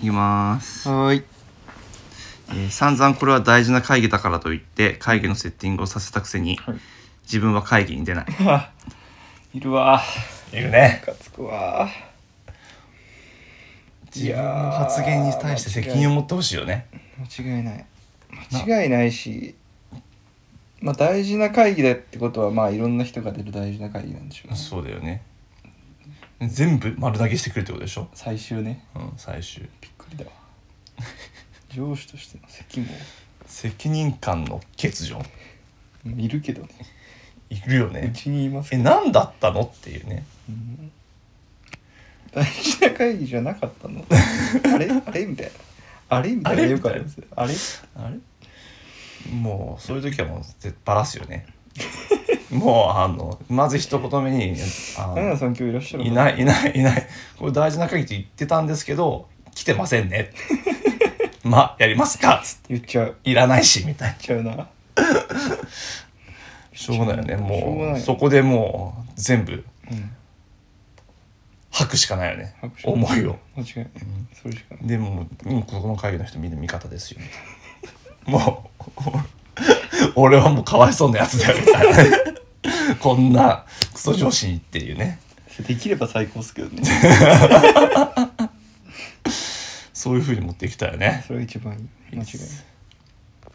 きます、はーいえー散々これは大事な会議だからといって会議のセッティングをさせたくせに、はい自分は会議に出ないいるわいるねムカつくわ自分の発言に対して責任を持ってほしいよね間違いない間違いないしまあ大事な会議だってことはまあいろんな人が出る大事な会議なんでしょうねそうだよね全部丸投げしてくるってことでしょ、最終ねうん、最終びっくりだわ 上司としての責務責任感の欠如をうんいるけどねいるようねちにいますけえど、何だったのっていうねうん大事な会議じゃなか ったのあれあれみたいなあれみたいなあれよくありますよあれあれもうそういう時はもう絶バラすよねもうあのまず一言目に「あ花田さん今日いらっしゃのる いないいないいないこれ大事な会議と言ってたんですけど来てませんね」 まあやりますか」つって言っちゃう「いらないし」みたいな言っちゃうなしょうがないよねしょうがもなういそこでもう全部うん吐くしかないよね拍手思いを間違いないそれしかないでもううんここの会議の人みんな味方です よみたいなもう俺はもうかわいそうなやつだよみたいなね こんなクソ上司にっていうねできれば最高っすけどねそういうふうに持っていきたいよね それが一番いい間違いないいいっす